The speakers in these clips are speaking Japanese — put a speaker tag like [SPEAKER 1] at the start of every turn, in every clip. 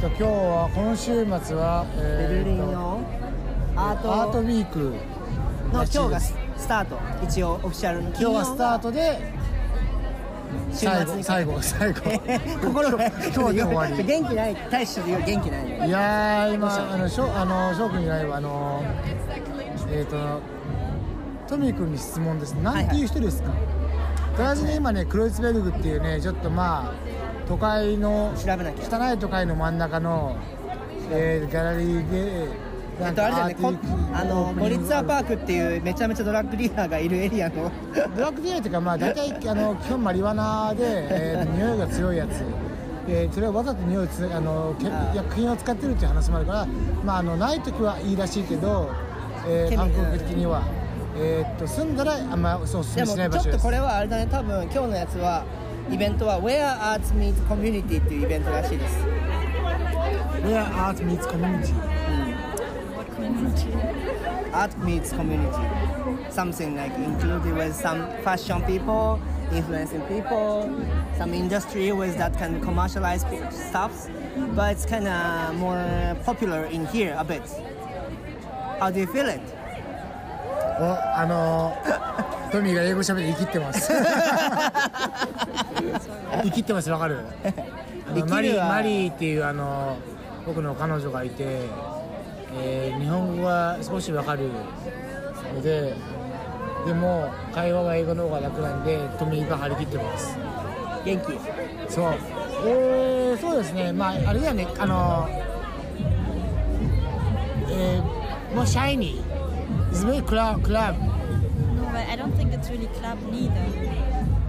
[SPEAKER 1] と今日は今週末は、
[SPEAKER 2] ベル
[SPEAKER 1] え
[SPEAKER 2] リ
[SPEAKER 1] ー
[SPEAKER 2] ン
[SPEAKER 1] と
[SPEAKER 2] のアー
[SPEAKER 1] アートウ
[SPEAKER 2] ト
[SPEAKER 1] ィーク
[SPEAKER 2] の今
[SPEAKER 1] らしい
[SPEAKER 2] 日が
[SPEAKER 1] です
[SPEAKER 2] スタート一応オフィシャルの
[SPEAKER 1] 今日はスタートで
[SPEAKER 2] 週
[SPEAKER 1] 最
[SPEAKER 2] 末
[SPEAKER 1] 後
[SPEAKER 2] に
[SPEAKER 1] 最後最後
[SPEAKER 2] 心が
[SPEAKER 1] 今日で終わり
[SPEAKER 2] 元気ない大して元気ない
[SPEAKER 1] いやー
[SPEAKER 2] どう
[SPEAKER 1] 今
[SPEAKER 2] した
[SPEAKER 1] あのしょあの翔くんじゃないわあのえっ、ー、とトミー君に質問ですなんていう人ですか、ブラジルに今ねクロイツベルグっていうねちょっとまあ都会の
[SPEAKER 2] 調べなきゃ
[SPEAKER 1] 汚い都会の真ん中の、えー、ギャラリーで
[SPEAKER 2] えっとあれだよねこ
[SPEAKER 1] アーティーク
[SPEAKER 2] あの
[SPEAKER 1] オープニング
[SPEAKER 2] モリッツァーパークっていうめちゃめちゃドラッグディーラーがいるエリアの
[SPEAKER 1] ドラッグディーラーっていうか、まあ、大体あの基本マリワナで、えー匂いが強いやつ、えーそれはわざと匂いつあのけ
[SPEAKER 2] あー
[SPEAKER 1] 薬品を使ってるっていう話もあるから、まあ、あのない時はいいらしいけど、えー、
[SPEAKER 2] ケミ
[SPEAKER 1] 韓国的には、えーっと住んだらあんまそうおすす
[SPEAKER 2] で
[SPEAKER 1] め
[SPEAKER 2] も
[SPEAKER 1] し
[SPEAKER 2] ち
[SPEAKER 1] ない場
[SPEAKER 2] ょっ
[SPEAKER 1] 所で
[SPEAKER 2] と
[SPEAKER 1] す
[SPEAKER 2] これはあれだね多分今日のやつはイベントは Where Arts Meet Community っていうイベントらしいです
[SPEAKER 1] Where Art Meets Community
[SPEAKER 2] アート meets community something like included with some fashion people influencing people some industry with that kind of commercialized stuff but it's kind of more popular in here a bit how do you feel it
[SPEAKER 1] おあのートミーが英語喋って生きってます 生きってますわかるあの
[SPEAKER 2] 生きるわ
[SPEAKER 1] マリーマリーっていうあの僕の彼女がいて、えー日本語が少しわかるのででも会話は英語の方が楽なんでトミーが張り切ってます
[SPEAKER 2] 元気
[SPEAKER 1] そうえー、そうですねまああれだよねあのえー、もうシャイニー It's very club club
[SPEAKER 3] No, but I don't think it's really club neither.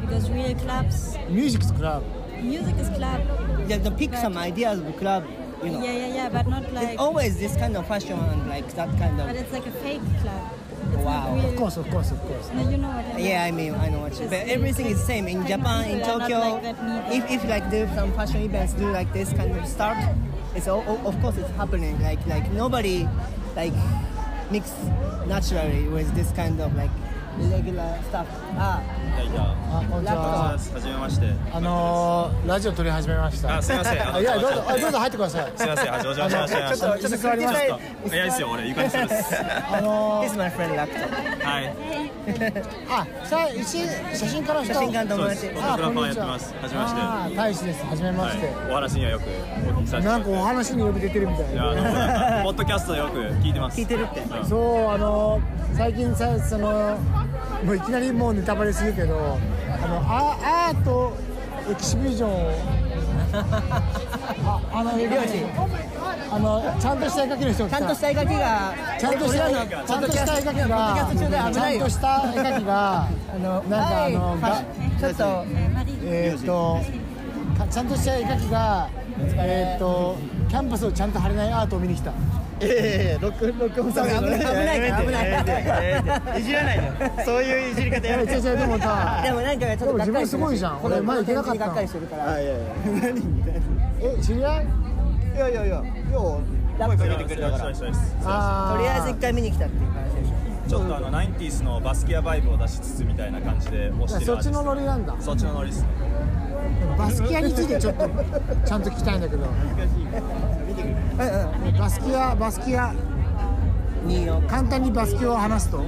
[SPEAKER 3] Because real clubs,
[SPEAKER 1] music's club
[SPEAKER 3] music is club.
[SPEAKER 2] yeah, to pick some ideas of club you know
[SPEAKER 3] Yeah, yeah, yeah, but not like.
[SPEAKER 2] it's always this kind of fashion and like that kind
[SPEAKER 3] But
[SPEAKER 2] of
[SPEAKER 3] it's like a fake club. It's
[SPEAKER 2] Wow.
[SPEAKER 3] Not real.
[SPEAKER 1] Of course, of course, of course.
[SPEAKER 3] No, you know what I mean.
[SPEAKER 2] yeah, I mean, I know what you. But everything is same in Japan, in Tokyo. if if like do some fashion events, do like this kind of start, it's all, all- of course it's happening. Like like nobody like mix naturally with this kind of like regular stuff. Ah,
[SPEAKER 4] いや
[SPEAKER 1] あ、こんにちは
[SPEAKER 4] は。じめまして。
[SPEAKER 1] あのー、ラジオ撮り始めました。
[SPEAKER 4] あ、すみません。あ の
[SPEAKER 1] いや、どうぞ、あどうぞ。入ってください。
[SPEAKER 4] すみません。はじめまして。はじめまして。
[SPEAKER 1] ちょっとちょっと座ります
[SPEAKER 2] か
[SPEAKER 4] 早いですよ。俺床に座るっす。
[SPEAKER 1] あの
[SPEAKER 2] this is
[SPEAKER 1] ー、
[SPEAKER 2] my friend Rakuto.
[SPEAKER 4] はい。
[SPEAKER 1] あ、さ、一、写真家の人。
[SPEAKER 2] 写真家の
[SPEAKER 4] そ
[SPEAKER 2] 友
[SPEAKER 4] うで
[SPEAKER 2] 達
[SPEAKER 4] す。フォトグラファーやってます。はじめまして。
[SPEAKER 1] あー、大使です。はじめまして。
[SPEAKER 4] はい。お話にはよくお聞きさせてもら
[SPEAKER 1] な
[SPEAKER 4] っ
[SPEAKER 1] ん
[SPEAKER 4] て。
[SPEAKER 1] かお話によく出てるみたい
[SPEAKER 4] いやあ
[SPEAKER 1] な。
[SPEAKER 4] のなんかポッドキャストよく聞いてます。
[SPEAKER 2] 聞いてるって
[SPEAKER 4] うん
[SPEAKER 1] そう、あのー、最近さ、その、もういきなりもうネタバレするけど、あの、アアートエキシビジョンを。あ、あの、
[SPEAKER 2] りょうじ
[SPEAKER 1] あの、ちゃんとした絵描きの人が来
[SPEAKER 2] ちゃんとした絵描きが
[SPEAKER 1] ちゃんとした絵
[SPEAKER 2] 俺ら
[SPEAKER 1] 描
[SPEAKER 2] の
[SPEAKER 1] きが、
[SPEAKER 2] ポ
[SPEAKER 1] ちゃ
[SPEAKER 2] ッ
[SPEAKER 1] ん
[SPEAKER 2] ド
[SPEAKER 1] と
[SPEAKER 2] キ
[SPEAKER 1] し
[SPEAKER 2] ャ
[SPEAKER 1] た絵描きが、
[SPEAKER 2] ストポッドキャスト中では危
[SPEAKER 1] ち
[SPEAKER 2] な
[SPEAKER 1] ゃ
[SPEAKER 2] い
[SPEAKER 1] ん
[SPEAKER 2] よ
[SPEAKER 1] とした絵描きが、あの、なんかあの、が
[SPEAKER 2] ちょっと
[SPEAKER 3] Marie.
[SPEAKER 1] えーっと、かちゃんとした絵描きが、えーっと、キャンパスをちゃんと貼れないアートを見に来た。
[SPEAKER 5] ええ録録音
[SPEAKER 2] されるのねやめて
[SPEAKER 5] いじらないでそういういじり方やめて
[SPEAKER 1] 違う違うでも さ
[SPEAKER 2] でもなんかちょっと
[SPEAKER 1] で
[SPEAKER 2] がっかり
[SPEAKER 1] も自分すごいじゃん俺前行けなかった
[SPEAKER 2] がっかりしてるから
[SPEAKER 5] あいやいや何みたい
[SPEAKER 1] え、知り合い
[SPEAKER 5] ないやいやいやよう声かけてくれたから
[SPEAKER 4] そうですそうです
[SPEAKER 1] あ
[SPEAKER 2] とりあえず一回見に来たっていう感じでしょ
[SPEAKER 4] ちょっとあのナインティースのバスキアバイブを出しつつみたいな感じで押してる
[SPEAKER 1] そっちのノリ
[SPEAKER 4] ア
[SPEAKER 1] な
[SPEAKER 4] ーティス
[SPEAKER 1] んだ
[SPEAKER 4] ト。そっちのノリですね。
[SPEAKER 1] バスキアについてちょっと、ちゃんと聞きたいんだけど。バスキア、バスキア、
[SPEAKER 2] ニューヨーク
[SPEAKER 1] 簡単にバスキアを話すと。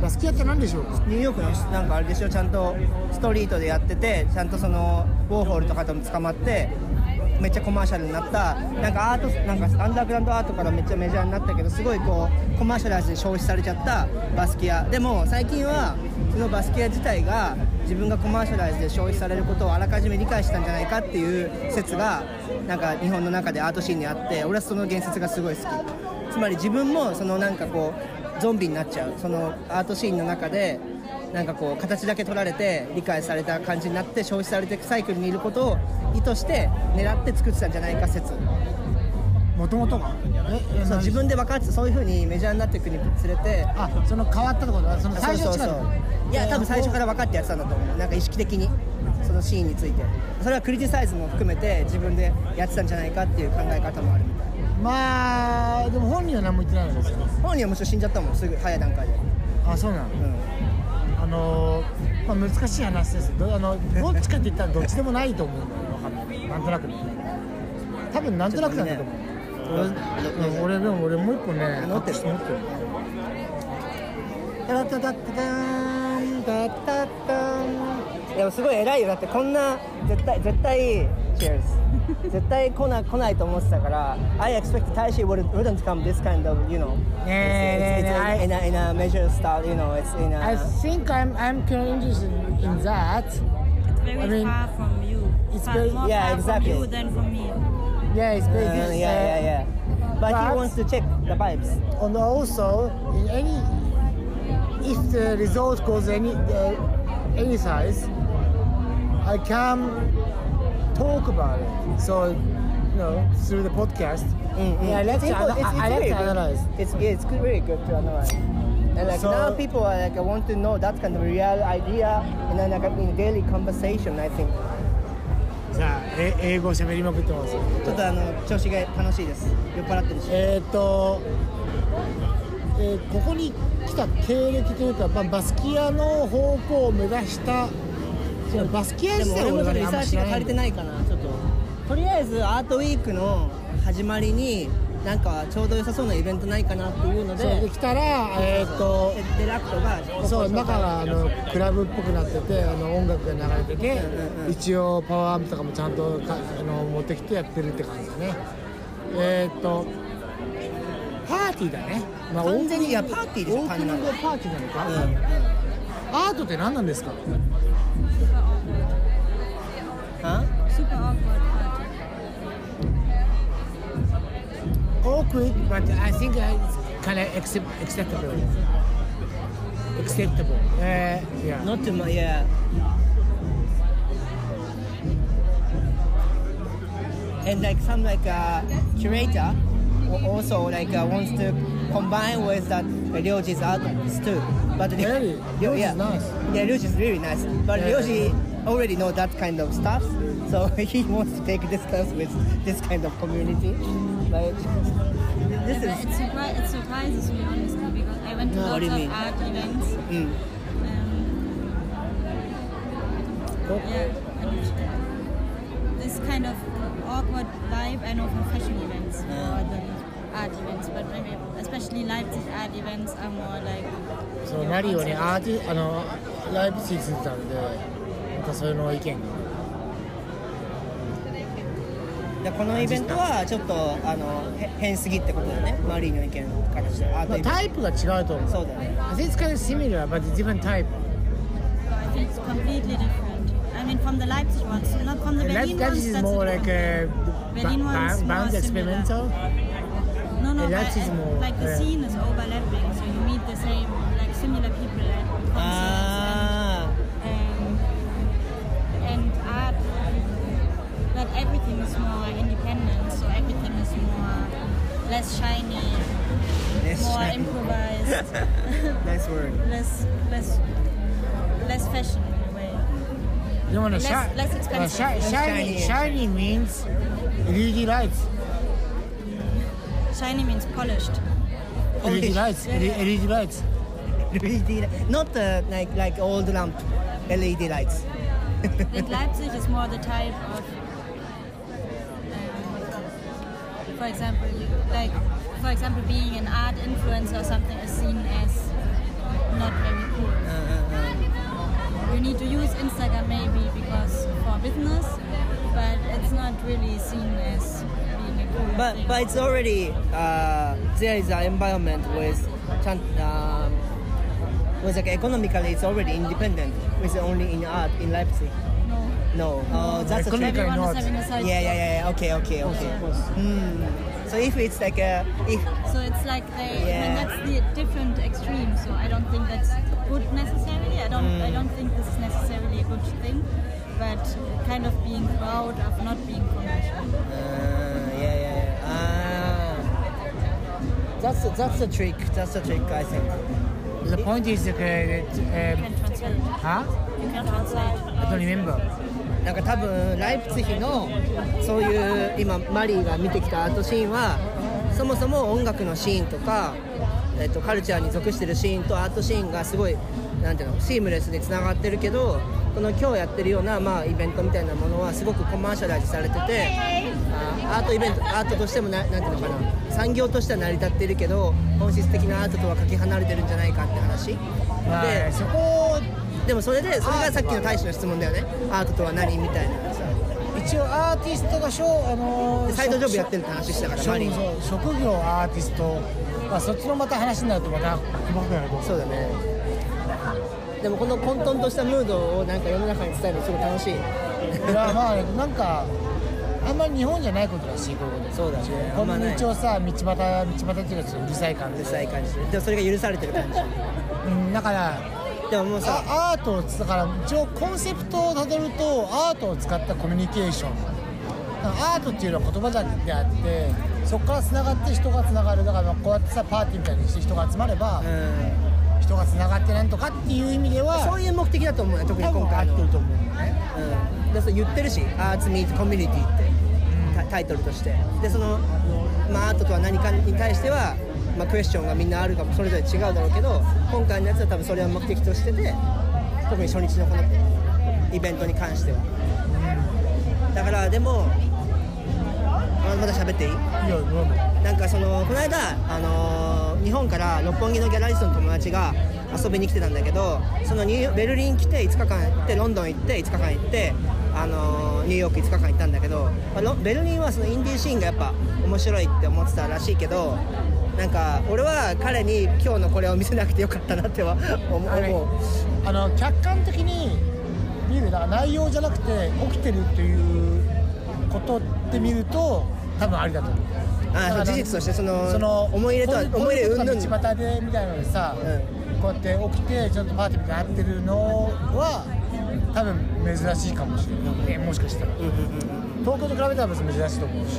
[SPEAKER 1] バスキアって何でしょうか
[SPEAKER 2] ニューヨークのなんかあれでしょちゃんとストリートでやっててちゃんとそのウォーホールとかとも捕まってめっちゃコマーシャルになったなんかアートなんかアンダーグラウンドアートからめっちゃメジャーになったけどすごいこうコマーシャルで消費されちゃったバスキアでも最近はそのバスキア自体が自分がコマーシャライズで消費されることをあらかじめ理解したんじゃないかっていう説がなんか日本の中でアートシーンにあって俺はその言説がすごい好きつまり自分もそのなんかこうゾンビになっちゃうそのアートシーンの中でなんかこう形だけ取られて理解された感じになって消費されていくサイクルにいることを意図して狙って作ってたんじゃないか説
[SPEAKER 1] もともとが。え、
[SPEAKER 2] そう自分で分かってそういうふうにメジャーになっていくにつれて
[SPEAKER 1] あ、その変わったってことその最初
[SPEAKER 2] そうそう
[SPEAKER 1] 違
[SPEAKER 2] そうういや多分最初から分かってやってたんだと思うなんか意識的にそのシーンについてそれはクリティサイズも含めて自分でやってたんじゃないかっていう考え方もあるみたい
[SPEAKER 1] まあでも本人は何も言ってないわけですよ
[SPEAKER 2] 本人はむしろ死んじゃったもんすぐ早い段階で、
[SPEAKER 1] あそうなの
[SPEAKER 2] うん、
[SPEAKER 1] あのーまあ、難しい話ですどあのどっちかって言ったらどっちでもないと思うんだよ分かんないなんとなくね多分なんとなくなんだと思ううん俺でも俺もう一個ね
[SPEAKER 2] 持ってる
[SPEAKER 1] 持ってる
[SPEAKER 2] タラタタッタターンタッタッターンでもすごい偉いよだってこんな絶対絶対 Cheers 絶対来な来ないと思ってたから I expect Taishi would, wouldn't come this kind of you know
[SPEAKER 1] Yeah,
[SPEAKER 2] it's, it's,
[SPEAKER 1] yeah, yeah,
[SPEAKER 2] it's in, a, in a measure style you know it's in
[SPEAKER 1] I
[SPEAKER 2] a
[SPEAKER 1] think I'm I'm kind of interested in, in that
[SPEAKER 3] It's very
[SPEAKER 1] I mean,
[SPEAKER 3] far from you.
[SPEAKER 1] it's
[SPEAKER 3] far,
[SPEAKER 1] very-
[SPEAKER 3] more
[SPEAKER 2] yeah,
[SPEAKER 3] far
[SPEAKER 2] exactly.
[SPEAKER 3] from you than from me.
[SPEAKER 1] yeah it's
[SPEAKER 2] uh,
[SPEAKER 1] very
[SPEAKER 2] yeah
[SPEAKER 1] good
[SPEAKER 2] yeah yeah but he
[SPEAKER 1] But-
[SPEAKER 2] wants to check the vibes
[SPEAKER 1] and also in any if the result goes any uh, any size i can talk about it so you know through the podcast yeah let's
[SPEAKER 2] People-
[SPEAKER 1] ana-
[SPEAKER 2] it's- it's
[SPEAKER 1] i like
[SPEAKER 2] very
[SPEAKER 1] to
[SPEAKER 2] good.
[SPEAKER 1] analyze
[SPEAKER 2] It's yeah, it's good- really good to analyze. And like
[SPEAKER 1] So-
[SPEAKER 2] now people are like I want to know that kind of real idea and then like in daily conversation I think.
[SPEAKER 1] さあえ英語喋りまくってます
[SPEAKER 2] ちょっとあの調子が楽しいです。酔っ払ってるし。
[SPEAKER 1] えーっと、えーここに来た経歴というか、まあ、バスキアの方向を目指したそのバスキア
[SPEAKER 2] で
[SPEAKER 1] 自
[SPEAKER 2] も
[SPEAKER 1] 体
[SPEAKER 2] 俺
[SPEAKER 1] を
[SPEAKER 2] も
[SPEAKER 1] あん
[SPEAKER 2] ちょっとリサ
[SPEAKER 1] ま
[SPEAKER 2] ー
[SPEAKER 1] 知
[SPEAKER 2] チ
[SPEAKER 1] ら
[SPEAKER 2] が
[SPEAKER 1] ない
[SPEAKER 2] 足り
[SPEAKER 1] ん
[SPEAKER 2] て
[SPEAKER 1] で
[SPEAKER 2] ないかなちょっと。とりあえずアートウィークの始まりになんかちょうど良さそうなイベントないかなっていうので。
[SPEAKER 1] そうで来たらえーっと
[SPEAKER 2] でデラクトがここ
[SPEAKER 1] そう中があのクラブっぽくなっててあの音楽が流れてて
[SPEAKER 2] うんうん
[SPEAKER 1] 一応パワーアンプとかもちゃんとかあの持ってきてやってるって感じだねえーっとパーティーだね、ま
[SPEAKER 2] 完全に
[SPEAKER 1] オープ
[SPEAKER 2] いやパーテ
[SPEAKER 1] ニ
[SPEAKER 2] ィーでしょ
[SPEAKER 1] ングオープニングはパーティーなのか、
[SPEAKER 2] うん
[SPEAKER 1] アートって何なんですか
[SPEAKER 3] Super awkward.
[SPEAKER 2] は
[SPEAKER 3] Super
[SPEAKER 1] awkward,
[SPEAKER 3] awkward party.
[SPEAKER 1] but I think it's kind of accept, acceptable. Acceptable. Uh, yeah.
[SPEAKER 2] Not uh, too much, yeah. And like some like uh, curator al- also like uh, wants to combine with that the Ryoji's artists too. But the-
[SPEAKER 1] Really?
[SPEAKER 2] yeah,
[SPEAKER 1] Ryoji is
[SPEAKER 2] yeah.
[SPEAKER 1] nice.
[SPEAKER 2] Yeah, Ryoji is really nice. But
[SPEAKER 1] Yeah.
[SPEAKER 2] Ryoji already know that kind of stuff, so he wants to take this class with this kind of community. Like this
[SPEAKER 3] Yeah, but
[SPEAKER 2] is
[SPEAKER 3] it, surpri- it surprises me honestly because I went to
[SPEAKER 2] No, what
[SPEAKER 3] lots
[SPEAKER 2] do you
[SPEAKER 3] of
[SPEAKER 2] mean?
[SPEAKER 3] art events.
[SPEAKER 2] mm,
[SPEAKER 3] Um,
[SPEAKER 1] Cool.
[SPEAKER 3] Yeah, and this kind of awkward vibe I know from fashion events
[SPEAKER 2] Yeah.
[SPEAKER 3] more than art events, but maybe especially Leipzig art events are more like.
[SPEAKER 1] そうマリオねアーティあのライブシーズンたんでまたそれの意見が
[SPEAKER 2] でこのイベントはちょっとあのへ変すぎってことだよねマリーの意見からしてアー
[SPEAKER 1] まあ
[SPEAKER 2] トイベント
[SPEAKER 1] タイプが違うと思う
[SPEAKER 2] そうだよね
[SPEAKER 1] I think it's kind of similar but different type
[SPEAKER 3] I think it's completely different. I mean, from the Leipzig ones, not from the
[SPEAKER 1] Life
[SPEAKER 3] Berlin ones.
[SPEAKER 1] is
[SPEAKER 3] that's
[SPEAKER 1] more
[SPEAKER 3] a
[SPEAKER 1] like a
[SPEAKER 3] different- Berlin one's
[SPEAKER 1] bound,
[SPEAKER 3] more
[SPEAKER 1] bound
[SPEAKER 3] similar.
[SPEAKER 1] experimental
[SPEAKER 3] No, no,
[SPEAKER 1] And
[SPEAKER 3] but
[SPEAKER 1] Leipzig is
[SPEAKER 3] uh,
[SPEAKER 1] more,
[SPEAKER 3] like the
[SPEAKER 1] yeah.
[SPEAKER 3] scene is overlapping, so you meet the same, like similar people at concerts.
[SPEAKER 2] Ah.
[SPEAKER 3] and, and art, but everything is more independent, so everything is more less shiny,
[SPEAKER 2] Less
[SPEAKER 3] more
[SPEAKER 2] shiny.
[SPEAKER 3] improvised,
[SPEAKER 2] Nice word.
[SPEAKER 3] less less less fashion in a way.
[SPEAKER 1] でもね
[SPEAKER 3] Less-
[SPEAKER 1] シャ
[SPEAKER 3] less expensive.
[SPEAKER 1] まあシャ
[SPEAKER 2] Less
[SPEAKER 1] シャイニー
[SPEAKER 2] shiny.
[SPEAKER 1] シャイニー means LED lights
[SPEAKER 3] Shiny means polished.
[SPEAKER 1] LED lights LED lights
[SPEAKER 2] LED light. Not uh, like like old lamp LED lights.
[SPEAKER 3] I think Leipzig is more the type of, um, for example, you, like for example, being an art influencer or something is seen as not very cool.
[SPEAKER 2] Uh, uh,
[SPEAKER 3] You need to use Instagram maybe because for business, but it's not really seen as being a cool
[SPEAKER 2] uh. But
[SPEAKER 3] thing.
[SPEAKER 2] but it's already uh, there is an environment with chan- um, with like economically it's already independent. With only in art in Leipzig.
[SPEAKER 3] no,
[SPEAKER 2] No, oh, that's a trick.
[SPEAKER 1] Economic-
[SPEAKER 3] everyone
[SPEAKER 1] not.
[SPEAKER 3] is having a side.
[SPEAKER 2] Yeah, yeah, yeah, yeah. Okay, okay, okay. Mm. So if it's like a if uh,
[SPEAKER 3] So it's like they,
[SPEAKER 2] Yeah.
[SPEAKER 3] I mean, that's the different extreme. So I don't think that's good necessarily. I don't,
[SPEAKER 5] Mm.
[SPEAKER 3] I don't think this is necessarily a good thing. But kind of being proud of not being commercial.
[SPEAKER 2] uh, yeah, yeah, yeah. Ah. That's the, that's the trick. That's the trick, I think.
[SPEAKER 1] The point is that, uh,
[SPEAKER 3] You can translate.
[SPEAKER 1] uh, huh?
[SPEAKER 3] You can translate.
[SPEAKER 1] I don't remember.
[SPEAKER 2] なんか多分ライプツヒのそういう今マリーが見てきたアートシーンはそもそも音楽のシーンとか、えっと、カルチャーに属してるシーンとアートシーンがすごいなんていうのシームレスにつながってるけどこの今日やってるような、まあ、イベントみたいなものはすごくコマーシャライズされてて、あアートイベントアートとしてもななんていうのかな産業としては成り立っているけど本質的なアートとはかけ離れてるんじゃないかって話、
[SPEAKER 1] はい
[SPEAKER 2] で
[SPEAKER 1] そこを
[SPEAKER 2] でもそれでそれがさっきの大使の質問だよねアートとは何みたいなさ
[SPEAKER 1] 一応アーティストがしょ、あのー、
[SPEAKER 2] でサイドジョブやってるって話したから
[SPEAKER 1] 職
[SPEAKER 2] マリン
[SPEAKER 1] そう職業アーティスト、まあ、そっちのまた話になるとまた細かくなると思
[SPEAKER 2] そうだねでもこの混沌としたムードをなんか世の中に伝えるのすごい楽しい
[SPEAKER 1] いやまあなんかあんまり日本じゃないことらしいこういうこと
[SPEAKER 2] そうだね
[SPEAKER 1] この道
[SPEAKER 2] う
[SPEAKER 1] をさ道端道端っていうかちょっとうるさい感じ
[SPEAKER 2] るさい感じででもそれが許されてる感じ
[SPEAKER 1] うんだから
[SPEAKER 2] でももうさ
[SPEAKER 1] あアートをつだから一応コンセプトをたどるとアートを使ったコミュニケーションアートっていうのは言葉だけであってそこからつながって人がつながるだからこうやってさパーティーみたいにして人が集まれば、
[SPEAKER 2] うん
[SPEAKER 1] 人がつながってなんとかっていう意味では
[SPEAKER 2] そういう目的だと思うよ特に
[SPEAKER 1] 多
[SPEAKER 2] 今
[SPEAKER 1] 分合
[SPEAKER 2] 回
[SPEAKER 1] っ
[SPEAKER 2] の
[SPEAKER 1] てると思うよね
[SPEAKER 2] うん、でそう言ってるし「アーツ・ミート・コミュニティ」ってタタイトルとしてでその、まあ、アートとは何かに対しては、まあ、クエスチョンがみんなあるかもそれぞれ違うだろうけど今回のやつは多分それを目的としてて特に初日のこのイベントに関してはだからでもあまだ喋っていい
[SPEAKER 1] いいよどうも
[SPEAKER 2] なんかそのこの間、あのー日本から六本木のギャラリストの友達が遊びに来てたんだけどそのニューベルリン来て5日間行ってロンドン行って5日間行って、あのーニューヨーク5日間行ったんだけど、まあロベルリンはそのインディーシーンがやっぱ面白いって思ってたらしいけどなんか俺は彼に今日のこれを見せなくてよかったなっては思う
[SPEAKER 1] あれ
[SPEAKER 2] 思う。
[SPEAKER 1] あの客観的に見るだから内容じゃなくて起きてるっていうことって見ると多分ありだと思う
[SPEAKER 2] あそう事実としてその
[SPEAKER 1] その
[SPEAKER 2] 思い入れとは
[SPEAKER 1] こう
[SPEAKER 2] 思い入れ
[SPEAKER 1] こういうこ
[SPEAKER 2] 云
[SPEAKER 1] とが
[SPEAKER 2] 々
[SPEAKER 1] 道端でみたいなのでさ、
[SPEAKER 2] う
[SPEAKER 1] こうやって起きてちょっとパーティーみたいになってるのは多分珍しいかもしれない、ね、もしかしたら、
[SPEAKER 2] うんうんうん
[SPEAKER 1] 東京と比べたら別に珍しいと思うし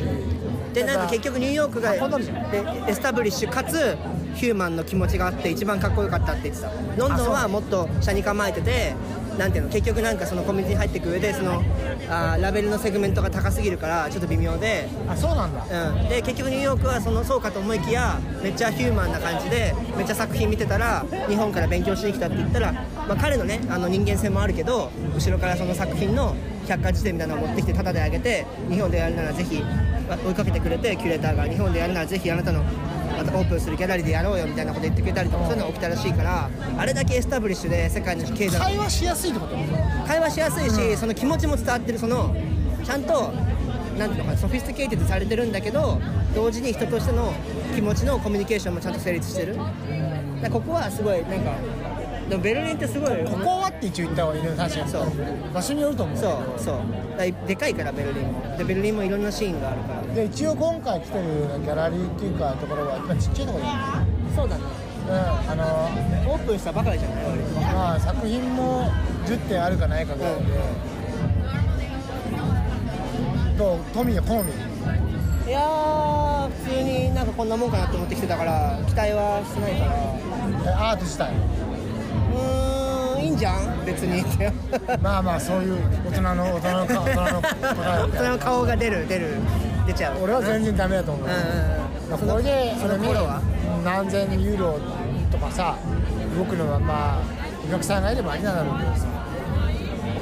[SPEAKER 2] でなんか結局ニューヨークが
[SPEAKER 1] あこんなのじゃん
[SPEAKER 2] でエスタブリッシュかつヒューマンの気持ちがあって一番かっこよかったって言ってたロンドンはもっと車に構えててなんていうの結局なんかそのコミュニティに入っていく上でそのあーラベルのセグメントが高すぎるからちょっと微妙で
[SPEAKER 1] あそうなんだ
[SPEAKER 2] うん、で結局ニューヨークはそのそうかと思いきやめっちゃヒューマンな感じでめっちゃ作品見てたら日本から勉強しに来たって言ったら、まあ、彼のねあの人間性もあるけど後ろからその作品の百科事典みたいなのを持ってきてタダであげて日本でやるならぜひあ追いかけてくれてキュレーターが日本でやるならぜひあなたのまたオープンするギャラリーでやろうよみたいなこと言ってくれたりとかそういうのが起きたらしいからあれだけエスタブリッシュで世界の経済の
[SPEAKER 1] 会話しやすいってこと
[SPEAKER 2] 会話しやすいし、その気持ちも伝わってるそのちゃんとなんていうのかなソフィスティケイテッドされてるんだけど同時に人としての気持ちのコミュニケーションもちゃんと成立してるだからここはすごいなんかでもベルリンってすごい
[SPEAKER 1] ここはって一応言った方がいいね確かに
[SPEAKER 2] そう
[SPEAKER 1] 場所によると思う
[SPEAKER 2] そうそうだからでかいからベルリンもでベルリンもいろんなシーンがあるから
[SPEAKER 1] で一応今回来てるギャラリーっていうかところはやっぱりちっちゃいところだよね
[SPEAKER 2] そうだね
[SPEAKER 1] うんあの
[SPEAKER 2] オープンしたばかりじゃない俺
[SPEAKER 1] まあ作品も10点あるかないかぐらいで、と富の好み
[SPEAKER 2] いやー普通になんかこんなもんかなと思ってきてたから期待はしてないから
[SPEAKER 1] えアート自体
[SPEAKER 2] うーんいいんじゃん別にって
[SPEAKER 1] まあまあそういう大人の大人の顔大人の答えみた
[SPEAKER 2] そ
[SPEAKER 1] い
[SPEAKER 2] れ
[SPEAKER 1] な
[SPEAKER 2] の顔が出る出る出ちゃう
[SPEAKER 1] 俺は全然ダメだと思う、
[SPEAKER 2] うんうんうん
[SPEAKER 1] これで
[SPEAKER 2] その
[SPEAKER 1] あのね
[SPEAKER 2] 頃は
[SPEAKER 1] 何千ユーロとかさ動くのはまあお客さんがいればありなんだろうけどさ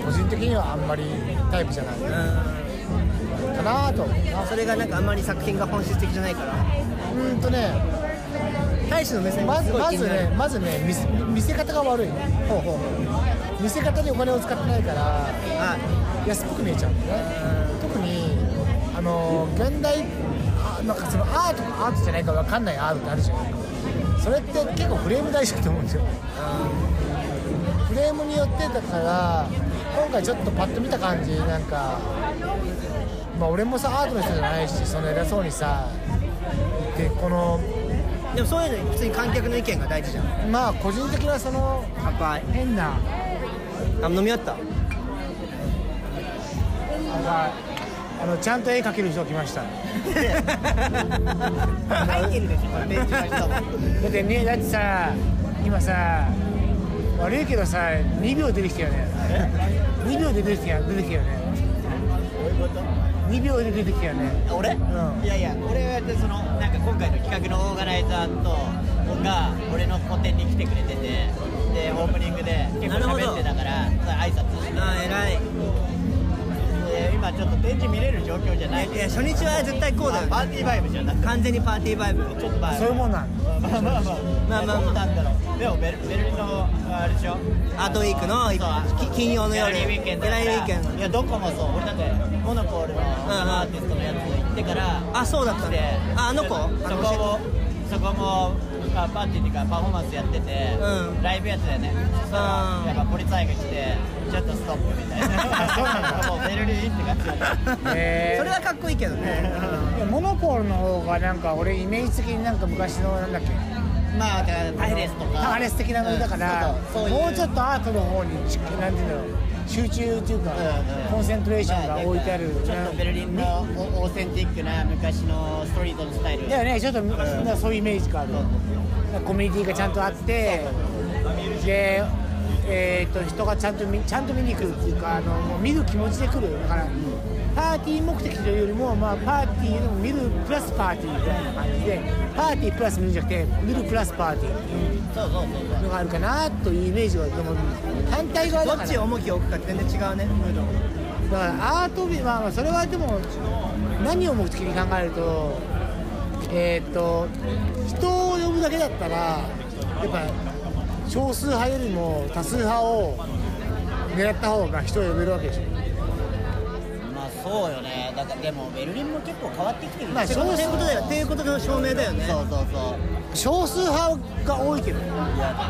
[SPEAKER 1] 個人的にはあんまりタイプじゃない
[SPEAKER 2] うん
[SPEAKER 1] かなと思うな
[SPEAKER 2] それがなんかあんまり作品が本質的じゃないから
[SPEAKER 1] うーんとね
[SPEAKER 2] 大使の目線
[SPEAKER 1] ま
[SPEAKER 2] が
[SPEAKER 1] ず
[SPEAKER 2] すご
[SPEAKER 1] ま
[SPEAKER 2] い気
[SPEAKER 1] ず
[SPEAKER 2] になる
[SPEAKER 1] ね、まずね見せ見せ方が悪い
[SPEAKER 2] ほうほうほう
[SPEAKER 1] 見せ方にお金を使ってないから
[SPEAKER 2] あ
[SPEAKER 1] 安っぽく見えちゃうんだよね特にあの現代あなんかそのアートアートじゃないか分かんないアートってあるじゃないそれって結構フレーム大事だと思うんですよフレームによってだから今回ちょっとパッと見た感じなんかまあ俺もさアートの人じゃないしその偉そうにさでこの
[SPEAKER 2] うんでもそういうの普通に観客の意見が大事じゃん
[SPEAKER 1] まあ個人的なその
[SPEAKER 2] 乾杯
[SPEAKER 1] 変な
[SPEAKER 2] あ飲み合った
[SPEAKER 1] あがあのちゃんと絵描ける人来ました
[SPEAKER 2] 入ってるでしょこれベンチが来たもん
[SPEAKER 1] だってねだってさ今さ悪いけどさ2秒出てきたよね2秒で出てきたよ出てきたよね2秒で出てきたよね
[SPEAKER 5] 俺、
[SPEAKER 1] ん
[SPEAKER 5] いやいや俺はそのなんか今回の企画のオーガナイザーとが俺の個展に来てくれててでオープニングで結構
[SPEAKER 2] なるほど
[SPEAKER 5] 喋ってたから挨拶して
[SPEAKER 2] あ
[SPEAKER 5] ちょっと展示見れる状況じゃない
[SPEAKER 2] いや初日は絶対こうだよ
[SPEAKER 5] パーティーバイブじゃなくて
[SPEAKER 2] 完全にパーティーバイブ
[SPEAKER 5] ちょっとバイ
[SPEAKER 1] そ
[SPEAKER 5] ブ
[SPEAKER 1] ういうもんなん
[SPEAKER 5] まあまあまあ
[SPEAKER 2] まあまあ
[SPEAKER 5] どうなんだろうでもベルベルリンのあれでしょ
[SPEAKER 2] アートウィークのき金曜の夜
[SPEAKER 5] ギャラリーウィーケンド
[SPEAKER 2] ギャラリーウィーケンド
[SPEAKER 5] いやどこもそう俺だってモノコールのアーティストのやつ行ってから
[SPEAKER 2] あそうだったんだ
[SPEAKER 5] で
[SPEAKER 2] ああの子
[SPEAKER 5] そ
[SPEAKER 2] あの
[SPEAKER 5] こもそこもあパーティーっていうかパフォーマンスやってて、
[SPEAKER 2] うん
[SPEAKER 5] ライブやつだよねそしたら
[SPEAKER 2] うん
[SPEAKER 5] やっぱポリサイが来てちょっとストップみたいな
[SPEAKER 1] そうなんだ
[SPEAKER 5] もうベルリンって感じだった
[SPEAKER 1] へー
[SPEAKER 2] それはかっこいいけどね
[SPEAKER 1] モノポールの方がなんか俺イメージ的になんか昔のなんだっけ
[SPEAKER 5] まあだからパイレスとか
[SPEAKER 1] パーレス的なノリだから、
[SPEAKER 5] うんそうそうそういう
[SPEAKER 1] もうちょっとアートの方にちなんていうの集中っていうか、
[SPEAKER 5] うんうん
[SPEAKER 1] コンセントレーションが置いてある、
[SPEAKER 5] ちょっとベルリンの
[SPEAKER 1] ね
[SPEAKER 5] オオーセンティックな昔のストリートのスタイル
[SPEAKER 1] だよねちょっと、なんかそういうイメージがある、コミュニティがちゃんとあってでえー、と人がちゃんと見ちゃんと見に来るっていうかあのもう見る気持ちで来るだからパーティー目的というよりも、まあ、パーティーでも見るプラスパーティーみたいな感じでパーティープラス見るんじゃなくて見るプラスパーティーっていう
[SPEAKER 5] そうそうそう
[SPEAKER 1] のがあるかなというイメージがでも反対側
[SPEAKER 2] ど
[SPEAKER 1] だから
[SPEAKER 2] っちを重きを置くか全然違うねムード
[SPEAKER 1] だからアートビまあまあそれはでも何を目的に考えるとえーっと人を呼ぶだけだったらやっぱ少数派よりも多数派を狙った方が人を呼べるわけでしょ
[SPEAKER 5] まあそうよねだからでもベルリンも結構変わってきてる
[SPEAKER 1] まあ
[SPEAKER 5] ね
[SPEAKER 1] そう
[SPEAKER 2] そういうことだよっていうことの証明だよね
[SPEAKER 5] そうそうそう
[SPEAKER 1] 少数派が多いけど
[SPEAKER 5] いや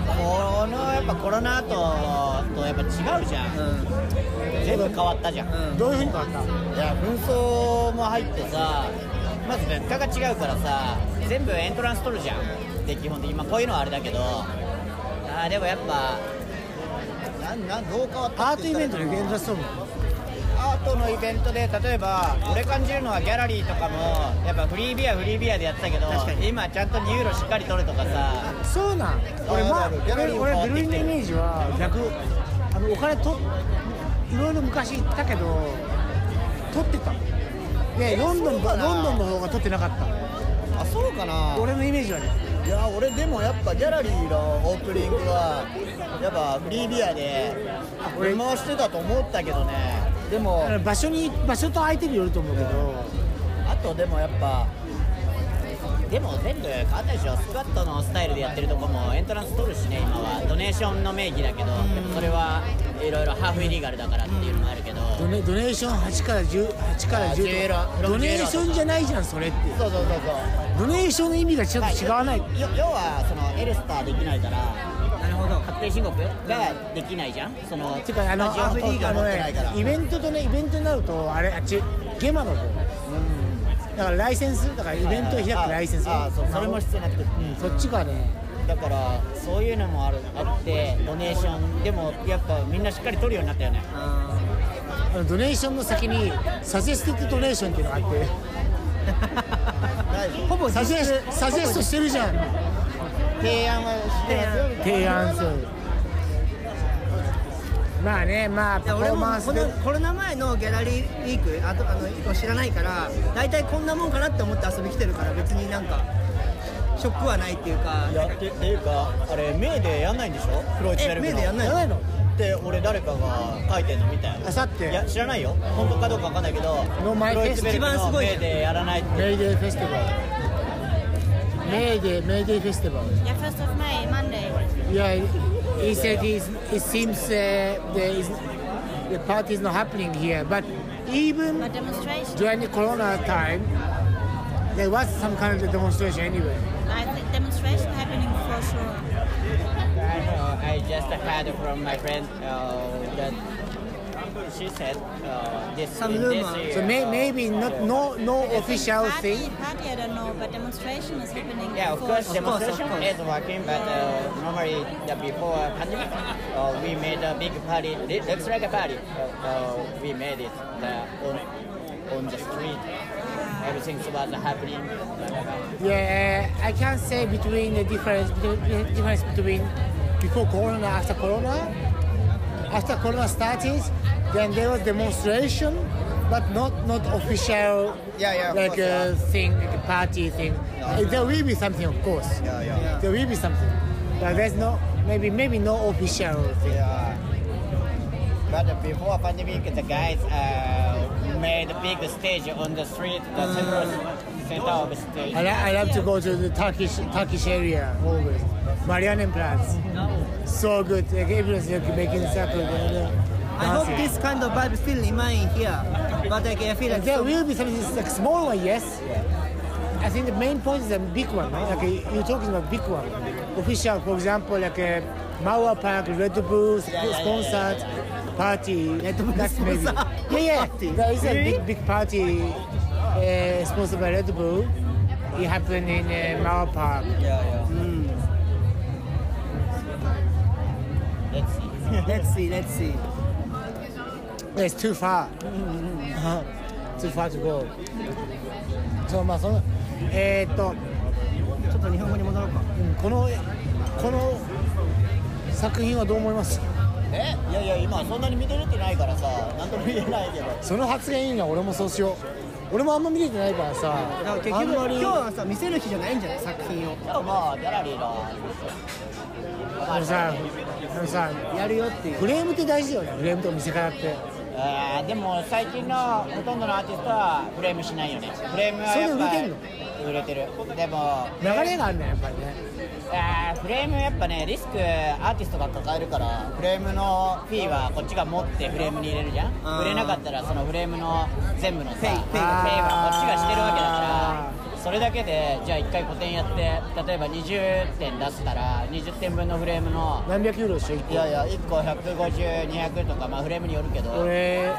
[SPEAKER 5] このやっぱコロナととやっぱ違うじゃん、全部変わったじゃん、
[SPEAKER 2] ん
[SPEAKER 1] どういうふうに変わった
[SPEAKER 5] いや紛争も入ってさまず物価が違うからさ全部エントランス取るじゃんで基本的にまあこういうのはあれだけどあーでもやっぱなんなんどう変わった
[SPEAKER 1] ア
[SPEAKER 5] っ
[SPEAKER 1] ー
[SPEAKER 5] て
[SPEAKER 1] トイ
[SPEAKER 5] 言ったら
[SPEAKER 1] ベントで現場ストーム
[SPEAKER 5] アートのイベントで例えば俺感じるのはギャラリーとかもやっぱフリービアフリービアでやってたけど
[SPEAKER 2] 確かに
[SPEAKER 5] 今ちゃんと2ユーロしっかり取るとかさ
[SPEAKER 1] そうなん俺
[SPEAKER 5] そう
[SPEAKER 1] まあ
[SPEAKER 5] なのギャラリーも
[SPEAKER 1] 俺
[SPEAKER 5] 変わ
[SPEAKER 1] 俺
[SPEAKER 5] っ
[SPEAKER 1] ベルリ
[SPEAKER 5] てき
[SPEAKER 1] ンの
[SPEAKER 5] て
[SPEAKER 1] イ
[SPEAKER 5] る
[SPEAKER 1] メージは逆あのお金といろいろ昔行ったけど取ってたのでロンドン
[SPEAKER 5] そうかな
[SPEAKER 1] ロンドンの方が取ってなかった
[SPEAKER 5] あそうかな
[SPEAKER 1] 俺のイメージはね
[SPEAKER 5] いや俺でもやっぱギャラリーのオープニングはやっぱフリービアで俺回してたと思ったけどねでも
[SPEAKER 1] あの場所に場所と相手によると思うけど
[SPEAKER 5] あとでもやっぱでも全部変わったでしょスクワットのスタイルでやってるとこもエントランス取るしね今はドネーションの名義だけどでもそれはいろいろハーフイリーガルだからっていうのもあるけど
[SPEAKER 1] ドネドネーション8から10 8から
[SPEAKER 5] あ10ユー
[SPEAKER 1] 10
[SPEAKER 5] ロ
[SPEAKER 1] ドネーションじゃないじゃんそれって
[SPEAKER 5] そうそうそうそう
[SPEAKER 1] ドネーションの意味がちょっと違わない
[SPEAKER 5] まあよ要はそのエルスターできないから
[SPEAKER 2] なるほど
[SPEAKER 5] 確定申告ができないじゃんその
[SPEAKER 1] てかあの
[SPEAKER 5] スタジオ
[SPEAKER 1] あ
[SPEAKER 5] フリーガ
[SPEAKER 1] あ
[SPEAKER 5] ル
[SPEAKER 1] の
[SPEAKER 5] 持ってないから
[SPEAKER 1] ねイベントとねイベントになるとあれあっちゲマの方だからライセンスだからイベントを開くライセンス
[SPEAKER 5] ああそうそれも必要なくて、
[SPEAKER 1] そっちがね
[SPEAKER 5] だからそういうのもあるあってドネーションでもやっぱみんなしっかり取るようになったよね
[SPEAKER 1] あのドネーションの先にサジェスティッドドネーションっていうのがあって
[SPEAKER 2] ほぼ
[SPEAKER 1] サジェスサジェストしてるじゃん
[SPEAKER 5] 提案はしてますよみたい
[SPEAKER 1] 提案するまあねまあ
[SPEAKER 2] い
[SPEAKER 1] パ
[SPEAKER 2] や
[SPEAKER 1] フォ
[SPEAKER 2] 俺
[SPEAKER 1] ー
[SPEAKER 2] も
[SPEAKER 1] マン
[SPEAKER 2] こ
[SPEAKER 1] スで
[SPEAKER 2] のコロナ前のギャラリーウィークあとあの以降知らないから大体こんなもんかなって思って遊び来てるから別になんかショックはないっていうか
[SPEAKER 5] なやってっていうかあれ目でやんないんでしょフロイチ
[SPEAKER 2] え
[SPEAKER 5] ネル
[SPEAKER 2] 目でやん
[SPEAKER 5] っ
[SPEAKER 1] やば
[SPEAKER 2] ない
[SPEAKER 1] いの
[SPEAKER 5] て俺誰かが書いてんのみたいな
[SPEAKER 1] あさって
[SPEAKER 5] いや知らないよ本当かどうかわかんないけど
[SPEAKER 1] の前
[SPEAKER 5] フロイツベルク
[SPEAKER 2] 一番す
[SPEAKER 5] の
[SPEAKER 2] ごいじ
[SPEAKER 5] 目
[SPEAKER 2] ゃん
[SPEAKER 5] でやらないって
[SPEAKER 1] メイデーフェスティバルメイデーメイデーフェスティバル
[SPEAKER 3] Yeah, first of May, Monday.
[SPEAKER 1] Yeah, he said he's, it seems uh, there is, the party is not happening here, but
[SPEAKER 3] A
[SPEAKER 1] even
[SPEAKER 3] demonstration.
[SPEAKER 1] during the corona time, there was some kind of demonstration anyway.
[SPEAKER 3] I think demonstration happening for sure.
[SPEAKER 5] I know. I just heard from my friend uh, that she said uh, this.
[SPEAKER 2] Some
[SPEAKER 5] this
[SPEAKER 2] rumor.
[SPEAKER 5] year,
[SPEAKER 1] So may,
[SPEAKER 5] uh,
[SPEAKER 1] maybe not no no official
[SPEAKER 3] party,
[SPEAKER 1] thing.
[SPEAKER 3] Party, I don't know, but demonstration is happening.
[SPEAKER 5] Yeah, of
[SPEAKER 3] for
[SPEAKER 5] course,
[SPEAKER 3] sure.
[SPEAKER 5] demonstration
[SPEAKER 2] of course.
[SPEAKER 5] is working, but uh, normally the before pandemic, uh, we made a big party. It looks like a party. Uh, uh, we made it uh, on, on the street. Everything was happening.
[SPEAKER 1] Yeah, I can't say between the difference between- difference between before Corona after Corona. After Corona started, then there was demonstration, but not not official.
[SPEAKER 2] Yeah, yeah, of
[SPEAKER 1] like
[SPEAKER 2] course,
[SPEAKER 1] a thing, like a party thing. Uh, There will be something, of course.
[SPEAKER 5] Yeah, yeah.
[SPEAKER 1] There will be something, but there's no maybe maybe no official thing.
[SPEAKER 5] Yeah. But before pandemic, the guys uh, made a big stage on the street, the central center of the stage.
[SPEAKER 1] I, li- I love to go to the Turkish Turkish area always. Marianenplatz. So good. Like everyone's like, making circles. and, uh,
[SPEAKER 2] I hope
[SPEAKER 1] dancing.
[SPEAKER 2] this kind of vibe still remain here. But like, I feel like
[SPEAKER 1] There
[SPEAKER 2] so-
[SPEAKER 1] will be something it's like small one, yes. I think the main point is a big one. no? Like uh, you're talking about big one. Official, for example, like a Mawa Park, Red Bull sp-
[SPEAKER 5] Yeah, yeah, yeah,
[SPEAKER 1] sponsored party.
[SPEAKER 2] Red Bull
[SPEAKER 1] That's maybe.
[SPEAKER 2] sponsored
[SPEAKER 1] Yeah, yeah.
[SPEAKER 2] party.
[SPEAKER 1] There is a
[SPEAKER 2] Really?
[SPEAKER 1] big, big party uh, sponsored by Red Bull. It happened in uh, Mawa Park.
[SPEAKER 5] Let's see.
[SPEAKER 2] let's see, let's see.
[SPEAKER 1] It's too far. Uh-huh. too far to go. Uh, そうまあそのえーっと。
[SPEAKER 2] ちょっと日本語に戻ろうか。
[SPEAKER 1] うんこのこの作品はどう思います
[SPEAKER 5] えいやいや今そんなに見てれてないからさ何とも言えないけど
[SPEAKER 1] その発言いいな俺もそうしよう俺もあんま見れてないからさ
[SPEAKER 2] だから結
[SPEAKER 1] あん
[SPEAKER 2] 局
[SPEAKER 1] まり
[SPEAKER 2] 今日はさ見せる日じゃないんじゃない作品を
[SPEAKER 5] でもまあギャラリーが
[SPEAKER 1] あのさあのさ
[SPEAKER 2] やるよっていう。
[SPEAKER 1] フレームって大事だよねフレームと見せ方って
[SPEAKER 5] えーでも最近のほとんどのアーティストはフレームしないよねフレームはやっぱ
[SPEAKER 1] それ売れ
[SPEAKER 5] 売れてるでも
[SPEAKER 1] 流れがあるねやっぱりね
[SPEAKER 5] あーフレームやっぱねリスクアーティストが抱えるからフレームのフィーはこっちが持ってフレームに入れるじゃん
[SPEAKER 2] あー
[SPEAKER 5] 売れなかったらそのフレームの全部のさ
[SPEAKER 2] ペイペイ
[SPEAKER 5] ペイはこっちがしてるわけだからそれだけでじゃあ1回個展やって例えば20点出したら20点分のフレームの
[SPEAKER 1] 何百ユーロしよう一
[SPEAKER 5] い
[SPEAKER 1] 個
[SPEAKER 5] やいや1個150200とかまあフレームによるけど
[SPEAKER 1] 俺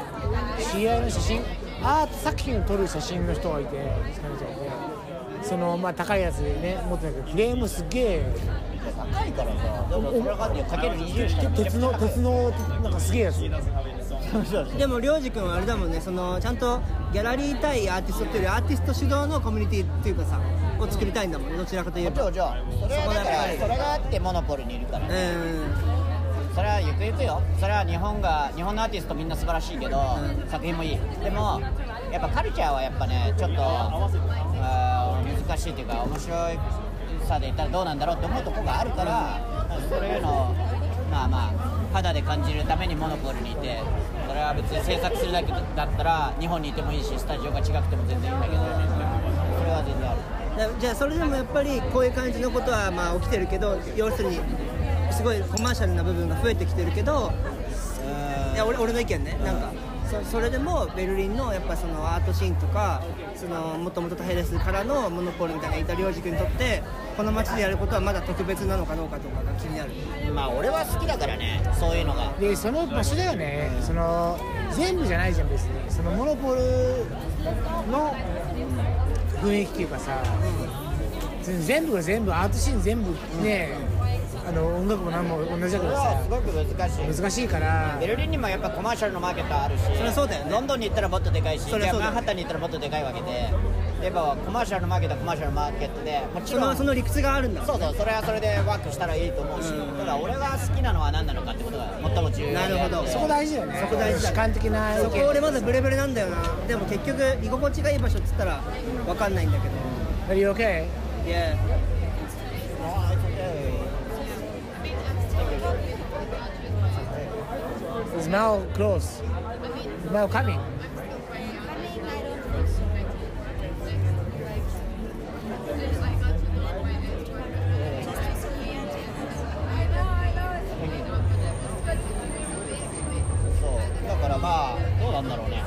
[SPEAKER 1] 知り合いの写真アート作品を撮る写真の人がいて彼女がいてそのまあ高いやつでね持ってないけどフレームすげえ
[SPEAKER 5] 高いからさでもそれがねかける20したらめちゃく
[SPEAKER 1] 鉄
[SPEAKER 5] ちゃ
[SPEAKER 1] の
[SPEAKER 5] 高い
[SPEAKER 1] 鉄のなんかすげえやつ
[SPEAKER 2] でもりょうじくんはあれだもんねそのちゃんとギャラリー対アーティストっていうよりアーティスト主導のコミュニティっていうかさを作りたいんだもんねどちらかといえ
[SPEAKER 5] じゃ
[SPEAKER 2] ば
[SPEAKER 5] あじゃあそれはだからそれがあってモノポルにいるから
[SPEAKER 2] うん
[SPEAKER 5] それはゆくゆくよそれは日本が日本のアーティストみんな素晴らしいけど、作品もいいでもやっぱカルチャーはやっぱねちょっとあー難しいっていうか面白いさで言ったらどうなんだろうって思うとこがあるから、そういうのをまあまあ肌で感じるためにモノポールにいてそれは別に制作するだけだったら日本にいてもいいしスタジオが違くても全然いいんだけどそれは全然ある
[SPEAKER 2] だじゃあそれでもやっぱりこういう感じのことはまあ起きてるけど要するにすごいコマーシャルな部分が増えてきてるけどいや俺俺の意見ねなんかそそれでもベルリンのやっぱそのアートシーンとかそのもともとタヘレスからのモノポールみたいな板良二君にとってこの街でやることはまだ特別なのかどうかとかが気になる
[SPEAKER 5] まあ俺は好きだからねそういうのが
[SPEAKER 1] でその場所だよねその全部じゃないじゃん別にそのモノポールの雰囲気っていうかさ全部が全部アートシーン全部ねあの音楽も何も同じだ
[SPEAKER 5] そ
[SPEAKER 1] か
[SPEAKER 5] れ
[SPEAKER 1] ら
[SPEAKER 5] はす
[SPEAKER 1] さ
[SPEAKER 5] ごく難しい
[SPEAKER 1] 難しいから
[SPEAKER 5] ベルリンにもやっぱコマーシャルのマーケットあるし
[SPEAKER 2] そりゃそうだよね
[SPEAKER 5] ロンドンに行ったらもっとでかいし
[SPEAKER 2] そりゃそうだよね
[SPEAKER 5] マンハッタンに行ったらもっとでかいわけでやっぱコマーシャルのマーケットはコマーシャルのマーケットでもち
[SPEAKER 2] そ
[SPEAKER 5] ろん
[SPEAKER 2] のその理屈があるんだ
[SPEAKER 5] そうそうそれはそれでワークしたらいいと思うし、ただ俺が好きなのは何なのかってことが最も重要で
[SPEAKER 2] なるほど
[SPEAKER 1] そこ大事だよね
[SPEAKER 2] そこ大事だ
[SPEAKER 1] 主観的な
[SPEAKER 2] そ
[SPEAKER 1] 意
[SPEAKER 2] こ俺
[SPEAKER 1] 見
[SPEAKER 2] まだブレブレなんだよなでも結局居心地がいい場所っつったら分かんないんだけど
[SPEAKER 1] Are you okay?
[SPEAKER 2] いや
[SPEAKER 1] It's now close It's now coming
[SPEAKER 5] そうだからまあどうなんだろうね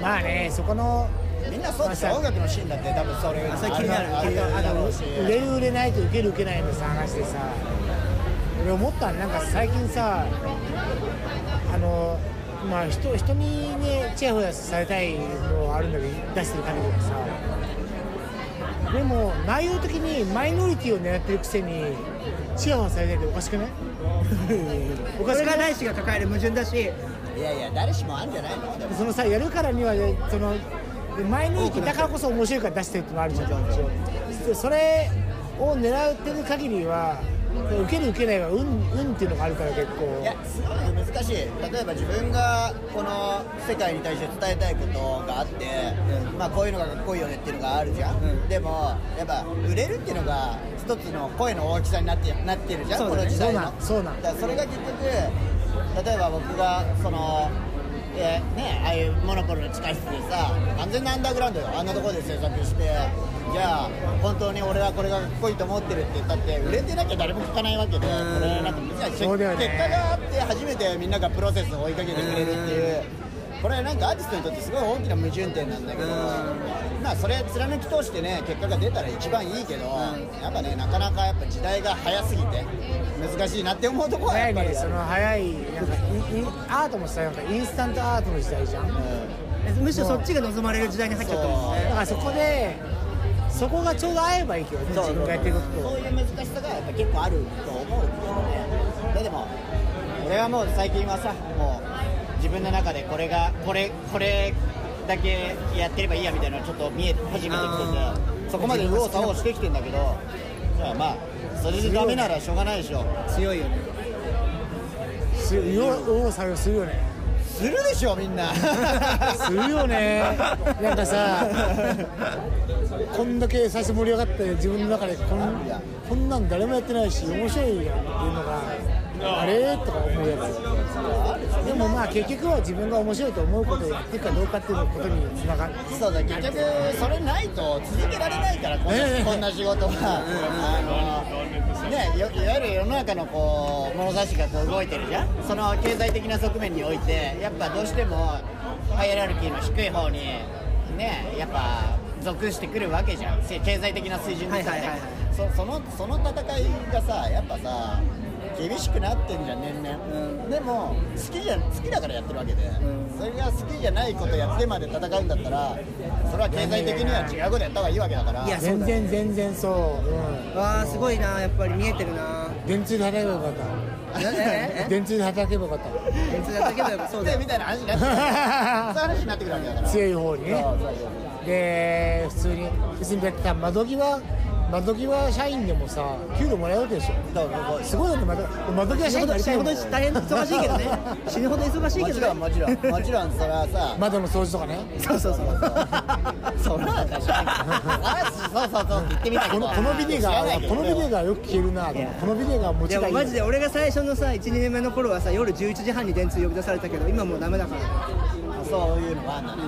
[SPEAKER 1] まあねそこの
[SPEAKER 5] みんなそうでしょ音楽のシーンだって多分それ
[SPEAKER 2] あそれ気になる
[SPEAKER 5] あ
[SPEAKER 2] 気になる
[SPEAKER 5] あ
[SPEAKER 1] あ
[SPEAKER 5] だろ
[SPEAKER 1] の
[SPEAKER 5] うし
[SPEAKER 1] 売れる売れないと受ける受けないのさ話でさ俺思ったのなんか最近さあのまあ人人にねチヤホヤされたいのはあるんだけど出してる限りはさでも内容的にマイノリティを狙ってるくせにチヤホヤされたいっておかしくないおか
[SPEAKER 2] そ
[SPEAKER 1] し
[SPEAKER 2] れ
[SPEAKER 1] く
[SPEAKER 2] が
[SPEAKER 1] ない
[SPEAKER 2] 大志が抱える矛盾だし
[SPEAKER 5] いやいや誰しもあるんじゃないのでも
[SPEAKER 1] そのさやるからにはねそのマイノリティだからこそ面白いから出してるってのもあるじゃんでそれを狙ってる限りは受ける受けないは運運っていうのがあるから結
[SPEAKER 5] い
[SPEAKER 1] 構
[SPEAKER 5] やすごい難しい例えば自分がこの世界に対して伝えたいことがあって、まあこういうのがかっこいいよねっていうのがあるじゃん、
[SPEAKER 2] うん
[SPEAKER 5] でもやっぱ売れるっていうのが一つの声の大きさになってなってるじゃん、
[SPEAKER 2] そう
[SPEAKER 5] こ
[SPEAKER 2] だね
[SPEAKER 5] の時代
[SPEAKER 1] そ
[SPEAKER 5] の
[SPEAKER 1] うなんそうなん
[SPEAKER 5] だからそれが結局例えば僕がそのえーねああいうモノポロの地下室でさ完全なアンダーグラウンドよあんなところで制作してじゃあ本当に俺はこれがかっこいいと思ってるって言ったって売れてなきゃ誰も聞かないわけでこれなんかみんな結
[SPEAKER 1] そうだよね
[SPEAKER 5] 結果があって初めてみんながプロセスを追いかけてくれるっていうこれなんかアーティストにとってすごい大きな矛盾点なんだけどまあそれ貫き通してね結果が出たら一番いいけどやっぱねなかなかやっぱ時代が早すぎて難しいなって思うとこは
[SPEAKER 1] 早
[SPEAKER 5] やっ
[SPEAKER 1] い
[SPEAKER 5] ぱり
[SPEAKER 1] ねその早いなんかインインアートもさなんかインスタントアートの時代じゃんだ
[SPEAKER 2] むしろそっちが望まれる時代に入っちゃったもんですね
[SPEAKER 1] からそこでそこがちょうど合えばいいけどね
[SPEAKER 5] そう
[SPEAKER 1] 自分がやってること
[SPEAKER 5] そう
[SPEAKER 1] を
[SPEAKER 5] いう難しさがやっぱ結構あると思うけどねででも俺はもう最近はさもう自分の中でこれがこれこれだけやってればいいやみたいなのちょっと見え始めて
[SPEAKER 2] あ
[SPEAKER 5] きててそこまで右往左往してきてんだけどじゃあまあそれでダメならしょうがないでしょ
[SPEAKER 2] 強いよね
[SPEAKER 1] するよう作用するよね
[SPEAKER 5] するでしょみんな
[SPEAKER 1] するよねなんかさこんだけ最初盛り上がって自分の中でこんこんなん誰もやってないし面白いやんっていうのがあれとか思うやつでもまあ結局は自分が面白いと思うことをやってるかどうかっていうことにつながる
[SPEAKER 5] そうだ結局それないと続けられないからこんな,、
[SPEAKER 1] ええ
[SPEAKER 5] こんな仕事はあのねよいわゆる世の中のこう物差しがこう動いてるじゃんその経済的な側面においてやっぱどうしてもハイエラルキーの低い方にねやっぱ属してくるわけじゃんせ経済的な水準でさ、
[SPEAKER 2] はいはいは
[SPEAKER 5] ね
[SPEAKER 2] い
[SPEAKER 5] そそのその戦いがさやっぱさ厳しくなってんじゃん年々、でも好きじゃ好きだからやってるわけで、それが好きじゃないことやってまで戦うんだったらそれは経済的には違うことやった方がいいわけだから
[SPEAKER 2] いやそう
[SPEAKER 1] 全
[SPEAKER 2] だ
[SPEAKER 1] 然全然そう、うん、
[SPEAKER 2] わあすごいなやっぱり見えてるな
[SPEAKER 1] 電柱で叩けばよかっ
[SPEAKER 2] え
[SPEAKER 1] た
[SPEAKER 2] ええ
[SPEAKER 1] 電柱で叩けばよかっ
[SPEAKER 2] 電通だけだよそ うだよ
[SPEAKER 5] みたいな話になってくる そういう話になってくるわけだか
[SPEAKER 1] た
[SPEAKER 5] ら
[SPEAKER 1] 強い方にね
[SPEAKER 5] そうそうそう
[SPEAKER 1] で普通に別にやってた窓際窓際社員でもさ給料もらえるわけでしょ
[SPEAKER 5] どうぞ
[SPEAKER 1] すごいよね窓窓際
[SPEAKER 2] 死
[SPEAKER 1] 社
[SPEAKER 2] ぬ
[SPEAKER 1] 員に
[SPEAKER 2] ほど
[SPEAKER 1] なり
[SPEAKER 2] 死
[SPEAKER 1] た
[SPEAKER 2] ぬ
[SPEAKER 1] い
[SPEAKER 2] ほ
[SPEAKER 1] もん
[SPEAKER 2] ど大変忙 しいけ どね死ぬほど忙しい
[SPEAKER 5] も
[SPEAKER 2] け
[SPEAKER 5] ち
[SPEAKER 2] ど
[SPEAKER 5] ろ
[SPEAKER 2] ね
[SPEAKER 5] んもちろんもちろんそれはさ
[SPEAKER 1] 窓の掃除とかね
[SPEAKER 2] そうそうそう
[SPEAKER 5] それは確かにあそうそうそうって言ってみたけ
[SPEAKER 1] こ
[SPEAKER 5] ど
[SPEAKER 1] のこのビデオ
[SPEAKER 5] 知らな
[SPEAKER 1] が
[SPEAKER 5] いけど
[SPEAKER 1] このビデオがよく消えるなと思うこのビデオが持
[SPEAKER 2] い
[SPEAKER 1] ち
[SPEAKER 2] や
[SPEAKER 1] がいい
[SPEAKER 2] マジで俺が最初のさ12年目の頃はさ夜11時半に電通呼び出されたけど今もうダメだから
[SPEAKER 5] そういうのがあんだな、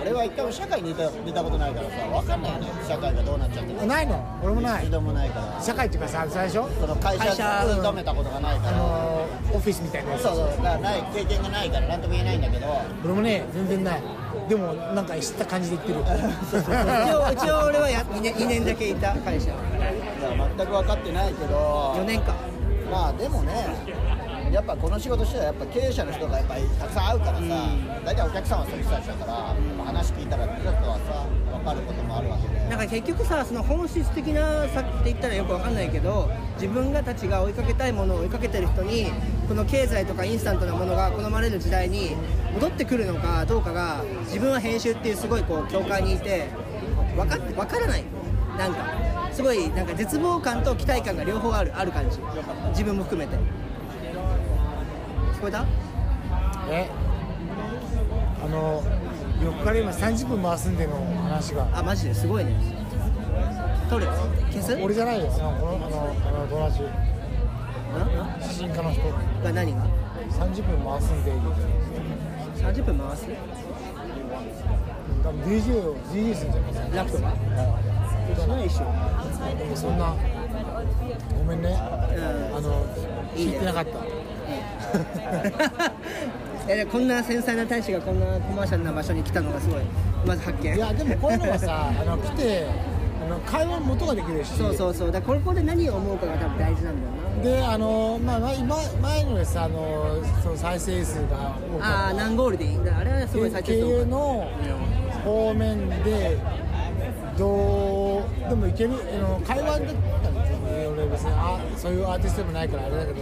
[SPEAKER 5] 俺は一回も社会に出た出たことないからさ分かんないよね社会がどうなっちゃってるか
[SPEAKER 1] ないの俺もない
[SPEAKER 5] 一度もないから
[SPEAKER 1] 社会っていうかさ最初
[SPEAKER 5] その会
[SPEAKER 2] 会
[SPEAKER 5] 社
[SPEAKER 2] 社
[SPEAKER 5] に勤めたことがないか
[SPEAKER 1] あ
[SPEAKER 5] ら、
[SPEAKER 1] のーオフィスみたいなやつ
[SPEAKER 5] そうそうだからない経験がないから何とも言えないんだけど
[SPEAKER 1] 俺もね全然ないでもなんか知った感じで言 ってる
[SPEAKER 2] 一応一応俺はや 2, 年2年だけいた会社
[SPEAKER 5] だから全く分かってないけど
[SPEAKER 2] 4年か
[SPEAKER 5] まあでもねやっぱこの仕事してたらやっぱ経営者の人がやっぱりたくさん会うからさ、大体お客さんはそういう人たちだから、話聞いたらちょっとはさ分かることもあるわけで
[SPEAKER 2] なんか結局さその本質的なさって言ったらよくわかんないけど自分がたちが追いかけたいものを追いかけてる人にこの経済とかインスタントなものが好まれる時代に戻ってくるのかどうかが自分は編集っていうすごいこう境界にいて分かって分からないなんかすごいなんか絶望感と期待感が両方あるある感じ自分も含めて聞こえた
[SPEAKER 1] えあの横から今30分回すんでの話が
[SPEAKER 2] あマジですごいね取る消す
[SPEAKER 1] 俺じゃないよあのこのあのあの友達
[SPEAKER 2] ん
[SPEAKER 1] 写真家の人
[SPEAKER 2] が何が
[SPEAKER 1] 30分回すんで
[SPEAKER 2] 30分回す
[SPEAKER 1] 多分 DJ を DJ するんじゃないですか
[SPEAKER 2] ラップは
[SPEAKER 1] じゃないでしょそんなごめんね
[SPEAKER 2] うん
[SPEAKER 1] あの聞いてなかった
[SPEAKER 2] えでこんな繊細な大使がこんなコマーシャルな場所に来たのがすごいまず発見
[SPEAKER 1] いやでもこういうのはさあの来てあの会話の元ができるし
[SPEAKER 2] そうそうそうだからここで何を思うかが多分大事なんだよ
[SPEAKER 1] であの、まあ、前前のでさあのその再生数が多
[SPEAKER 2] なあ
[SPEAKER 1] か
[SPEAKER 2] あ
[SPEAKER 1] っ
[SPEAKER 2] ー
[SPEAKER 1] た
[SPEAKER 2] 何ゴールでいいんだあれはすご
[SPEAKER 1] っ
[SPEAKER 2] い
[SPEAKER 1] て
[SPEAKER 2] 最低
[SPEAKER 1] いう
[SPEAKER 2] だ
[SPEAKER 1] の方面でどうでもいけるあの会話だったんですよね俺別にあそういうアーティストでもないからあれだけど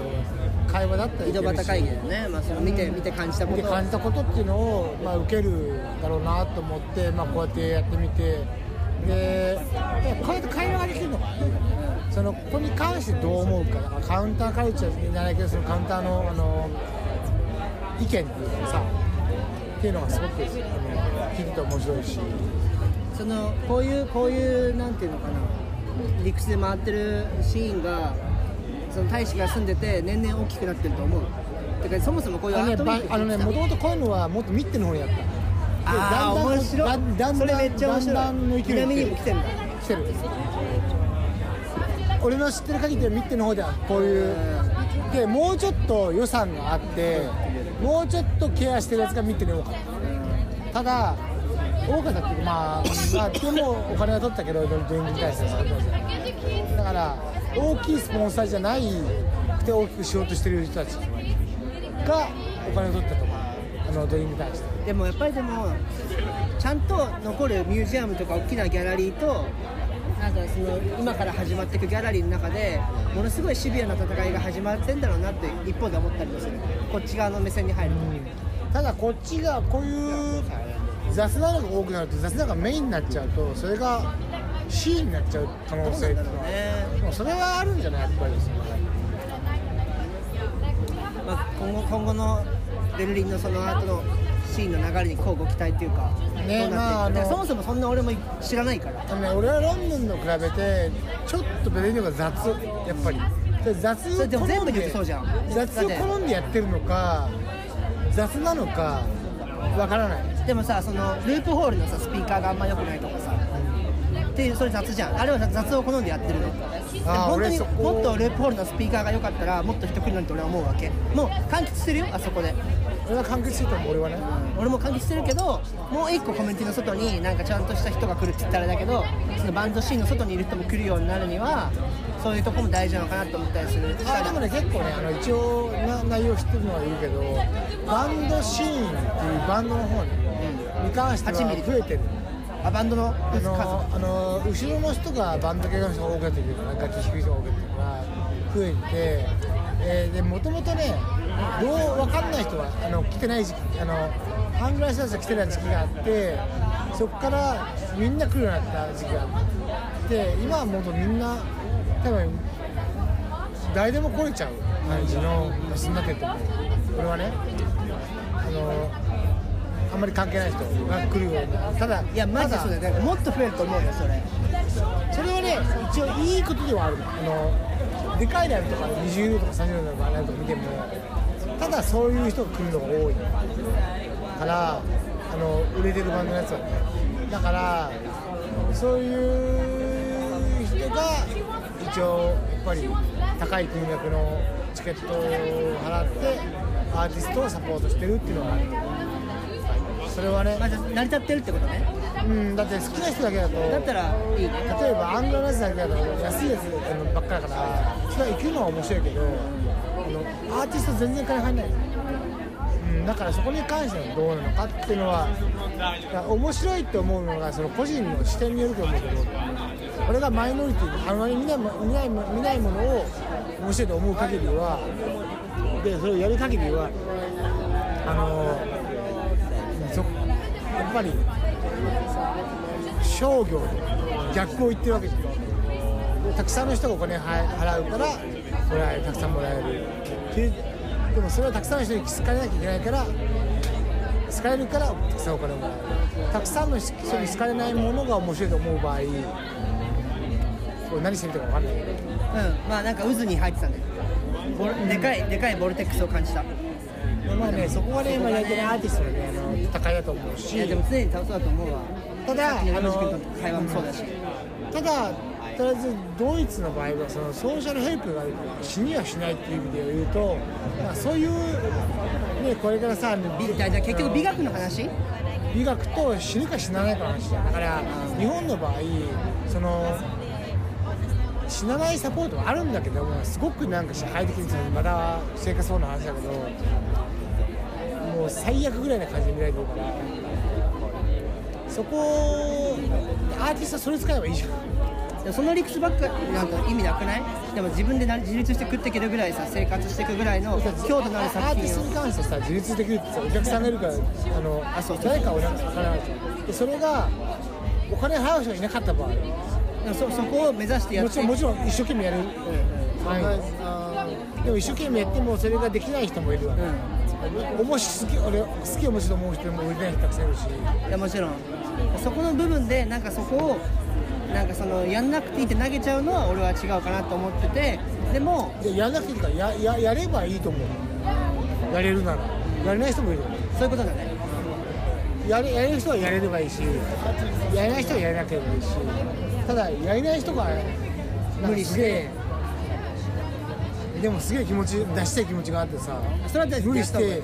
[SPEAKER 1] 会話だったらい
[SPEAKER 2] 井
[SPEAKER 1] け
[SPEAKER 2] 戸
[SPEAKER 1] るし
[SPEAKER 2] 端会議だよね、まあ、その見て見て感じたこ
[SPEAKER 1] で
[SPEAKER 2] とを
[SPEAKER 1] 感じたことっていうのを、まあ、受けるだろうなと思って、まあ、こうやってやってみてでこうやって会話ができるのがいいよねそのここに関してどう思うかだからカウンターカルチャーじゃないけどそのカウンターのあの意見っていうかさっていうのがすごくあの聞くと面白いし
[SPEAKER 2] そのこういうこういうなんていうのかな理屈で回ってるシーンがその大使が住んでて年々大きくなってると思うてかそもそもこういうア
[SPEAKER 1] あのね
[SPEAKER 2] ートウィーク
[SPEAKER 1] ばあのねもともとこういうのはもっとミッテの方やったで
[SPEAKER 2] あー面白い
[SPEAKER 1] だんだん
[SPEAKER 2] それめっちゃ面白い
[SPEAKER 1] だんだんの勢いで
[SPEAKER 2] 南にも来てんだ
[SPEAKER 1] 来てる俺の知ってる限りではミッテの方ではこういうでもうちょっと予算があってもうちょっとケアしてるやつがミッテに多かったただ多かったっていうかまあまあでもお金は取ったけどドリンクに対してはだから大きいスポンサーじゃないくて大きくしようとしてる人たちがお金を取ったとかあのドリンクに対して
[SPEAKER 2] でもやっぱりでもちゃんと残るミュージアムとか大きなギャラリーとなんかその今から始まっていくギャラリーの中でものすごいシビアな戦いが始まってんだろうなって一方で思ったりもするこっち側の目線に入ると、
[SPEAKER 1] ただこっちがこういう雑なのが多くなると雑なのがメインになっちゃうとそれが C になっちゃう可能性っていうのはでもそれはあるんじゃないやっぱりですね
[SPEAKER 2] まあ、今後今後のベルリンのそのアートのシーンの流れに交互期待っていうか
[SPEAKER 1] ね
[SPEAKER 2] どうなっていくか
[SPEAKER 1] まああの
[SPEAKER 2] だからそもそもそんな俺も知らないから
[SPEAKER 1] あのね俺はロンドンの比べてちょっとベルリンの方が雑やっぱりそれ雑
[SPEAKER 2] それで
[SPEAKER 1] を
[SPEAKER 2] も
[SPEAKER 1] 好
[SPEAKER 2] 全
[SPEAKER 1] ん
[SPEAKER 2] 部に言う
[SPEAKER 1] で
[SPEAKER 2] とそうじゃん
[SPEAKER 1] 雑を好んでやってるのか雑なのかわからない
[SPEAKER 2] でもさそのループホールのさスピーカーがあんま良くないとかさっていうそれ雑じゃんあれは雑を好んでやってるのでも本当
[SPEAKER 1] 俺
[SPEAKER 2] に
[SPEAKER 1] そこ
[SPEAKER 2] もっとループホールのスピーカーが良かったらもっと人来るのにと俺は思うわけもう完結してるよあそこで
[SPEAKER 1] 俺は完結してると思う俺はね
[SPEAKER 2] 俺も完結してるけどもう一個コミュニティの外になんかちゃんとした人が来るって言ったらあれだけどそのバンドシーンの外にいる人も来るようになるにはそういうとこも大事なのかなと思ったりする
[SPEAKER 1] あでもね結構ねあの一応な内容知ってるのは言うけどバンドシーンっていうバンドの方にに関しては
[SPEAKER 2] 8ミリ
[SPEAKER 1] 増えてる
[SPEAKER 2] あバンドの
[SPEAKER 1] あ
[SPEAKER 2] 数
[SPEAKER 1] のあの後ろの人がバンド系の人が多くなってくるから楽器弾く人が多くなってくるから増えて、えーでもともとねどう分かんない人はあの来てない時期あの半グラ人たちが来てない時期があってそこからみんな来るようになった時期があって今はもうみんな多分誰でも来れちゃう感じの星になってると思う俺はねあのあんまり関係ない人が来るようになるただ
[SPEAKER 2] いやマジで
[SPEAKER 1] た
[SPEAKER 2] そうだよだからもっと増えると思うよそれ
[SPEAKER 1] それはね一応いいことではあるあのでかいライブとか20ユーロとか30ユーロとかライブとか見てもただそういう人が来るのが多いからあの売れてるバンドのやつはねだからそういう人が一応やっぱり高い金額のチケットを払ってアーティストをサポートしてるっていうのはあるそれはね
[SPEAKER 2] まあ、じゃあ成り立ってるってことね
[SPEAKER 1] うんだって好きな人だけだと
[SPEAKER 2] だったらいい
[SPEAKER 1] 例え
[SPEAKER 2] ね
[SPEAKER 1] ばアングラナスだけだと安いやつあのばっかだからそれは行くのは面白いけどあのアーティスト全然金入んない、うん、だからそこに関してはどうなのかっていうのはいや面白いって思うのがその個人の視点によると思うけど俺がマイノリティあんまり見ないも見ないも見ないものを面白いと思う限りはでそれをやる限りはあのそやっぱり商業と逆を言ってるわけじゃんたくさんの人がお金は払うからもらえるたくさんもらえるっていうでもそれはたくさんの人に好かれなきゃいけないから好かれるからたくさんお金をもらえるたくさんの人に好かれないものが面白いと思う場合これ何してみたか分かんないけど
[SPEAKER 2] うんまあなんか渦に入ってたねボルでかいでかいボルテックスを感じたい
[SPEAKER 1] まあねそこがね今やってないアーティストのねあの戦いだと思うし
[SPEAKER 2] やでも常に倒そうだと思うわ
[SPEAKER 1] ただ
[SPEAKER 2] さっき
[SPEAKER 1] あ
[SPEAKER 2] の山
[SPEAKER 1] の
[SPEAKER 2] 口君との会話もそうだし、
[SPEAKER 1] ただとりあえずドイツの場合はそのソーシャルヘルプがあるから死にはしないっていう意味で言うと、まあ、そういう、ね、これからさ
[SPEAKER 2] 美だから結局美学の話
[SPEAKER 1] 美学と死ぬか死なないかの話だだから日本の場合その死なないサポートはあるんだけどもすごくなんか社会的にそのまだ生活保護の話だけどもう最悪ぐらいな感じで見られてるからそこをアーティストはそれ使えばいいじゃん
[SPEAKER 2] でもその理屈ばっかなんか意味なくないでも自分でな自立して食っていけるぐらいさ生活していくぐらいの強度のあ
[SPEAKER 1] アー
[SPEAKER 2] る作
[SPEAKER 1] ティスト
[SPEAKER 2] 品を
[SPEAKER 1] に関してさ自立できるってさお客さんがいるからあの
[SPEAKER 2] あそう
[SPEAKER 1] 誰かをなんか分からないでそれがお金払う人がいなかった場合
[SPEAKER 2] でもそそこを目指してや
[SPEAKER 1] も
[SPEAKER 2] っ
[SPEAKER 1] ち
[SPEAKER 2] て
[SPEAKER 1] ろんもちろん一生懸命やる、はい、でも一生懸命やってもそれができない人もいるわね、面白い好き俺好き面白いと思う人もいない人たくさんいるし
[SPEAKER 2] いやもちろんそこの部分でなんかそこをなんかそのやんなくていいって投げちゃうのは俺は違うかなと思っててでも
[SPEAKER 1] でやらなくていいからやややればいいと思うやれるならやれない人もいる
[SPEAKER 2] そういうことだね
[SPEAKER 1] やれやれる人はやれればいいしやれない人はやれなければいいしただやれない人が無理してでもすげえ気持ち出したい気持ちがあってさ
[SPEAKER 2] それは絶対
[SPEAKER 1] 無理し
[SPEAKER 2] やって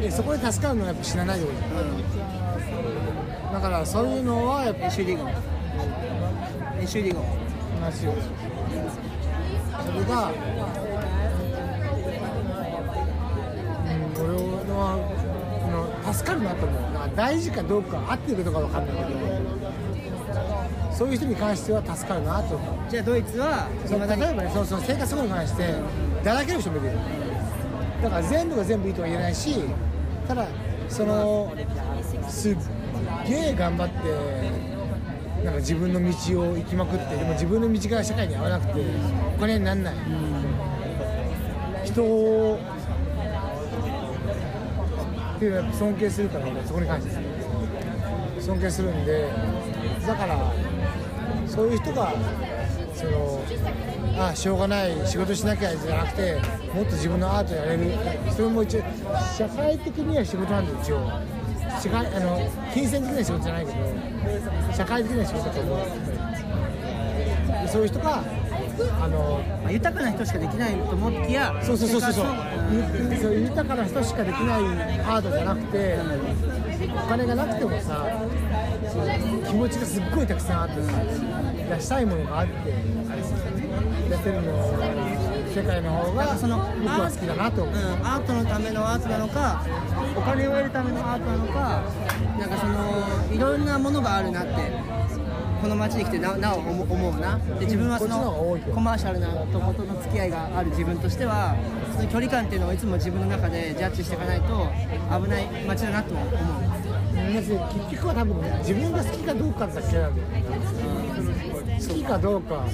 [SPEAKER 1] でそこで助かるのはやっぱ死なないでほしいだからそういうのはやっぱ
[SPEAKER 2] 練習でいいかも練習でいいかも
[SPEAKER 1] 話をそれがうん俺はあの助かるなと思うなんか大事かどうか合ってるとかわかんないけどそういう人に関しては助かるなと思う
[SPEAKER 2] じゃあドイツは
[SPEAKER 1] その
[SPEAKER 2] 未だ
[SPEAKER 1] 例え
[SPEAKER 2] に
[SPEAKER 1] ばねそうそう生活保護に関してだらける人もいるよだから全部が全部いいとは言えないしただそのすっげえ頑張ってなんか自分の道を行きまくってでも自分の道が社会に合わなくてお金にならない人をっていうのはやっぱ尊敬するから僕はそこに関して尊敬するんでだからそういう人がそのあしょうがない仕事しなきゃじゃなくてもっと自分のアートやれるそれも一応社会的には仕事なんで一応社会あの金銭的な仕事じゃないけど社会的な仕事だと思うでそういう人があの
[SPEAKER 2] まあ豊かな人しかできないと思いきや
[SPEAKER 1] そうそうそうそうそう
[SPEAKER 2] 生活を
[SPEAKER 1] ゆそう豊かな人しかできないアートじゃなくてお金がなくてもさそう気持ちがすっごいたくさんあってさ出したいものがあってやってるの世界の方が
[SPEAKER 2] その
[SPEAKER 1] 僕は好きだなと思う
[SPEAKER 2] うん、アートのためのアートなのかお金を得るためのアートなのかなんかそのいろんなものがあるなってこの街に来てななお思思うなで自分はそ
[SPEAKER 1] こっちの方が多
[SPEAKER 2] の
[SPEAKER 1] いよ
[SPEAKER 2] コマーシャルなとことの付き合いがある自分としてはその距離感っていうのをいつも自分の中でジャッジしていかないと危ない街だなとも思う
[SPEAKER 1] だって結局は多分ね自分が好きかどうかだけなんだよ好きかどうか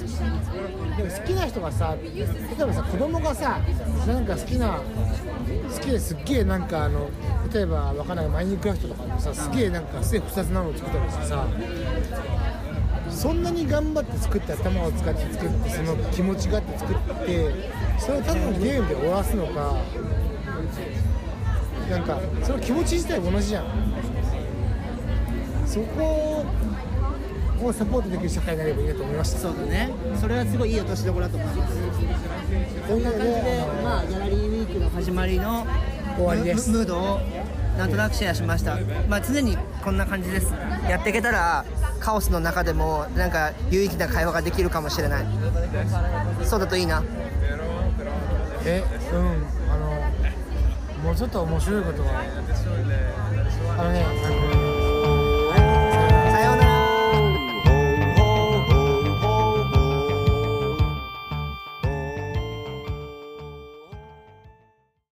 [SPEAKER 1] でも好きな人がさ例えばさ子供がさなんか好きな好きですっげえなんかあの例えばわかんないマインクラフトとかでもさすげえなんかすげえ複雑なのを作ったりしてさそんなに頑張って作って頭を使って作ってその気持ちがあって作ってそれをただのゲームで終わらすのかなんかその気持ち自体同じじゃんそこをサポートできる社会になればいいなと思いました
[SPEAKER 2] そうだねそれはすごいいい落としどころだと思います
[SPEAKER 1] こんな感じ
[SPEAKER 2] で、まあ、ギャラリーウィークの始まりの
[SPEAKER 1] 終わりです
[SPEAKER 2] ムムードをなんとなくシェアしました、まあ、常にこんな感じですやっていけたらカオスの中でもなんか有意義な会話ができるかもしれないそうだといいな
[SPEAKER 1] えうんあのもうちょっと面白いことがあのねあの